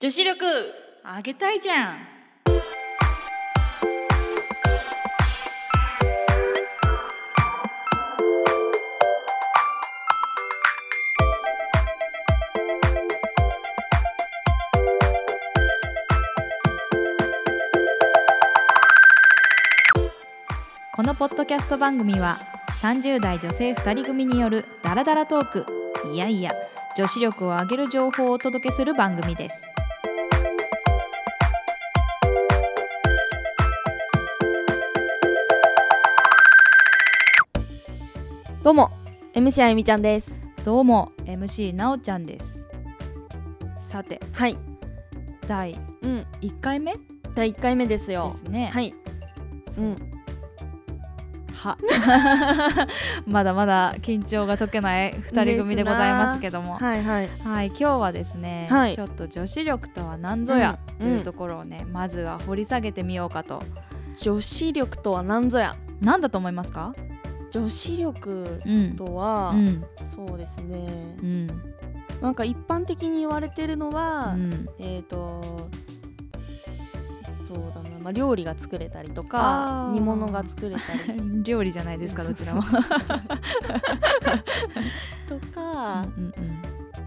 女子力上げたいじゃんこのポッドキャスト番組は30代女性2人組によるダラダラトークいやいや女子力を上げる情報をお届けする番組ですどうも MC あゆみちゃんですどうも MC なおちゃんですさてはい第うん1回目で第1回目ですよすねはいうんは まだまだ緊張が解けない2人組でございますけども、はいはいはい、今日はですね、はいちょっと女子力とは何ぞやうんというところをね、まずは掘り下げてみようかと女子力とは何ぞや何だと思いますか、女子力うんとは、うんそうですねう、んなんか一般的に言われてるのは、うん、えっ、とそうだな、まあ、料理が作れたりとかあー煮物が作れたり料理じゃないですかどちらも。とう か、ん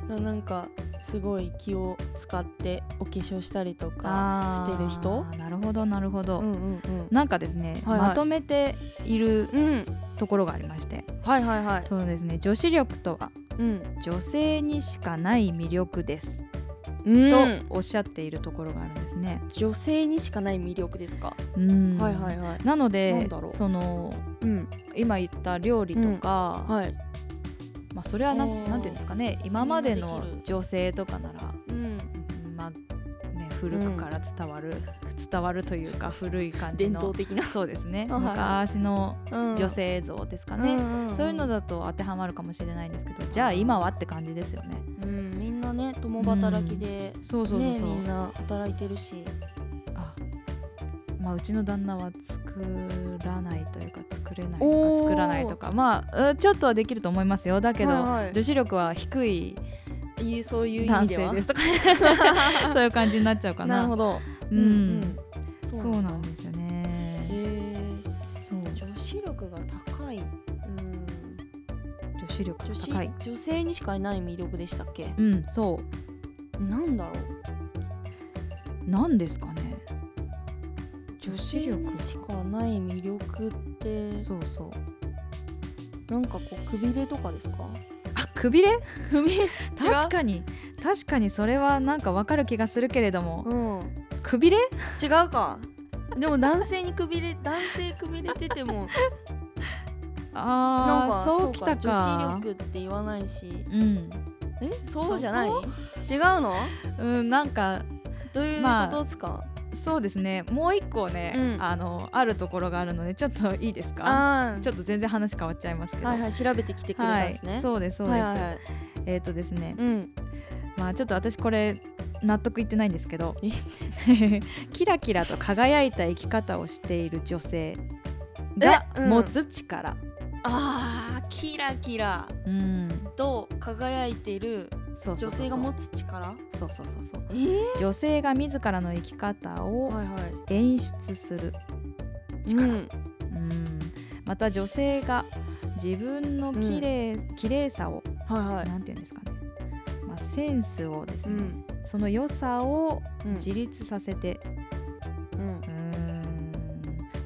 うんなんかすごい気を使ってお化粧したりとかあーしてる人なるほどなるほど、うんうんうんなんかですね、はいはいまとめているうんところがありましてはいはいはいそうですね女子力とはうん女性にしかない魅力です、うん、とおっしゃっているところがあるんですね。女性にしかない魅力ですか、うんはいはいはいなのなんでだろうそのうん今言った料理とか、はいまあ、それはなおーなんていうんですかね今までみんなのできる女性とかなら、うんまあね、古くから伝わる、伝わるというか古い感じ伝の統的な、そうですねあ はい昔の女女性像ですかね、ねそういうの、だと当てはまるかもしれないんですけどじゃあ今はって感じですよね。うん、みんなね共働きで、そうそうそうねそう、みんな働いてるしあまあ、うちの旦那は作らないというか作れないとおかー作らないとかまあうんちょっとはできると思いますよだけど、はいはい女子力は低いいいそういう意味男で性はですとか そういう感じになっちゃうかな。るほどうん、うんそそううなんだなんですよへね。ーそう女子力が高い、うん、女子力女子高い。女性にしかいない魅力でしたっけうん、そう。なんだろうなんですかね。女女子性力に。しかない魅力ってそうそう。なんかこうくびれとかですかあ、くびれ？くびれ確かに確かにそれはなんかわかる気がするけれども、うんくびれ？違うかでも男性にくびれ 男性くびれててもなんあかあ、そうきたか。女子力って言わないしうん。えそうじゃないそ違うのうん、なんかどういうまあことですか、そうですね。もう一個ね、うんあのあるところがあるのでちょっといいですか？ああちょっと全然話変わっちゃいますけど。はいはい調べてきてくれたんですね、はい、そうですそうです。はいはいはいえっ、とですね、うんまあちょっと私これ納得いってないんですけどえ、 キラキラと輝いた生き方をしている女性がえうん持つ力、あーキラキラうん、と輝いてるそうそうそ女うそう性が持つ力そうそうそうそうえー女性が自らの生き方をはいはい演出する、力うんうん、また女性が自分の綺麗綺麗さをはいはいなんて言うんですかね、まあ、センスをですうね、んその良さをうん自立させてうんうーん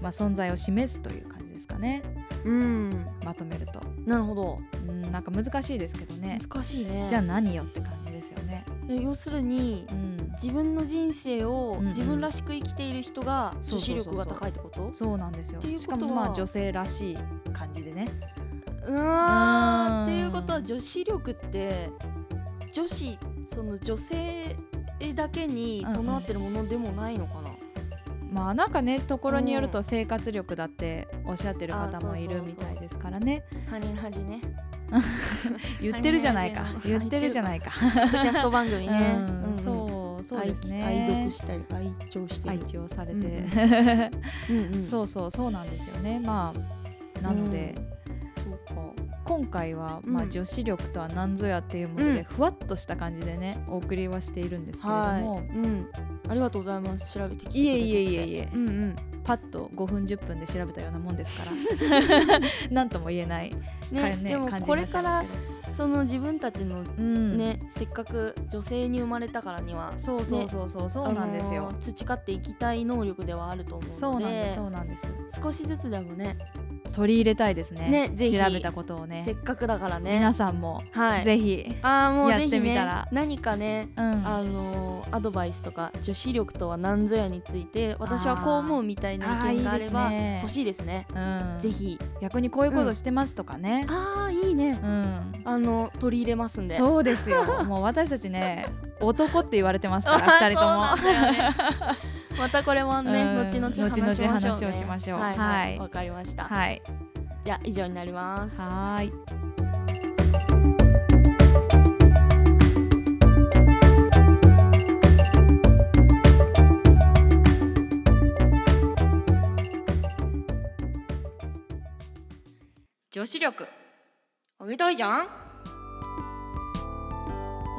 まあ、存在を示すという感じですかねうんまとめるとなるほどうんなんか難しいですけどね難しいねじゃあ何よって感じですよね、え要するにうん、自分の人生をうんうん自分らしく生きている人がそう女そ子うそうそう力が高いってことそうなんですよっていうこしとかはもまあ女性らしい感じでねううわーーんっていうことは女子力って女子その女性だけにうんうん備わってるものでもないのかな、まあなんかねところによるうと生活力だっておっしゃってる方もいあそうるそうみそうたいですからね他人恥 ね言ってるじゃないかあそうそう言ってるじゃないかポッドキャスト番組ね、うんうんうんそうそうですね愛愛読したり愛聴して愛る、知をされうんて、うんうんそうそうそうなんですよねまあなので、そうか今回は、まうあ、ん女子力とは何ぞやっていうもので、うんふわっとした感じでねお送りはしているんですけれども、はい、うん、ありがとうございます調べてきてくださっていえいえいえいえうんうんパッと5分10分で調べたようなもんですから なんとも言えない、かねねでも感じこになれっちゃかいまらすけどその自分たちのうんね、せっかく女性に生まれたからにはそうそうそうそうそうなんですよ、あのー培っていきたい能力ではあると思うのでそうなんですそうなんです少しずつでもね取り入れたいですねねぜひ調べたことをねせっかくだからね皆さんも、はいぜひ、あーもうやぜっひてみたねら何かねうんあのーアドバイスとか女子力とは何ぞやについて私はこう思うみたいな意見があれあばーいいですね欲しいですねうん、ぜひ逆にこういうことしてますとかね、あーいいねうん、あの取り入れますんでそうです よもう私たちね男って言われてますかあらー2人ともそうなんだよね またこれもねうん後々話しましょうね後々話をしましょうはいははいいわかりましたはいじゃあ以上になりますはーい女子力上げたいじゃんお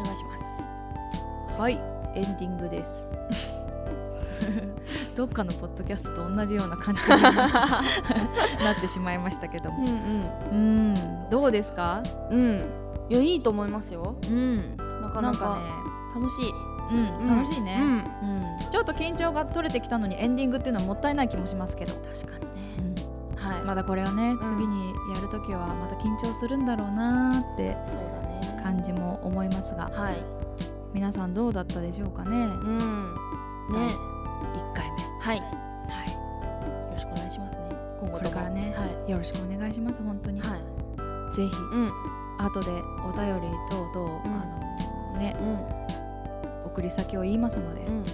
願いしますはいエンディングです どっかのポッドキャストと同じような感 じになってしまいましたけどもううんどうですかんうんうんいやいいと思いますようんなかななんかか楽しいねうん楽しいねうんうんうんちょっと緊張が取れてきたのにエンディングっていうのはもったいない気もしますけど、確かにねはいまだこれをね、ん次にやるときはまた緊張するんだろうなーってそうだね感じも思いますがはい皆さんどうだったでしょうかねうんね1回目、はいはよろしくお願いしますね今後ともこれからね、はいよろしくお願いします本当に、いはいぜひうん後でお便り等々、うんあのねうん送り先を言いますので、うんぜ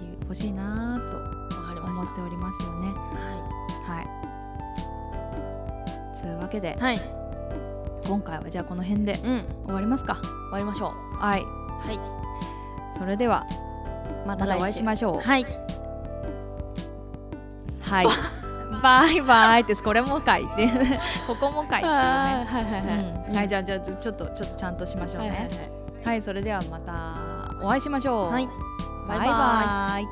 ひ欲しいなーとわかりまし思っておりますよねたははいつうわけで、いはい今回はじゃあこの辺でうん終終わりますかわりましょうはいはいそれではままたお会いしましょうはいはい。 バイバイってこれもかいっていう ここもかいってあーいはいはいうはいね。うんはいじゃあじゃあちょちょっとちょっとちゃんとしましょうはいはいね。はいそれではまたお会いしましょう。はいバイバイババイ。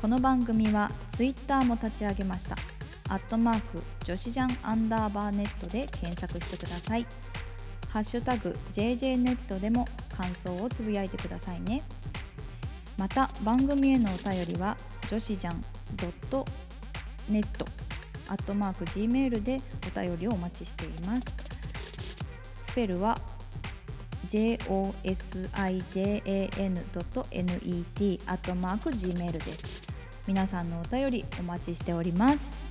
この番組はツイッターも立ち上げました。アットマーク女子ジャンアンダーバーネットで検索してください。ハッシュタグ JJ ネットでも感想をつぶやいてくださいね。また番組へのお便りは女子ジャンドットネットアットマーク Gmail でお便りをお待ちしています。スペルは josijan.net アットマーク gmail です。皆さんのお便りお待ちしております。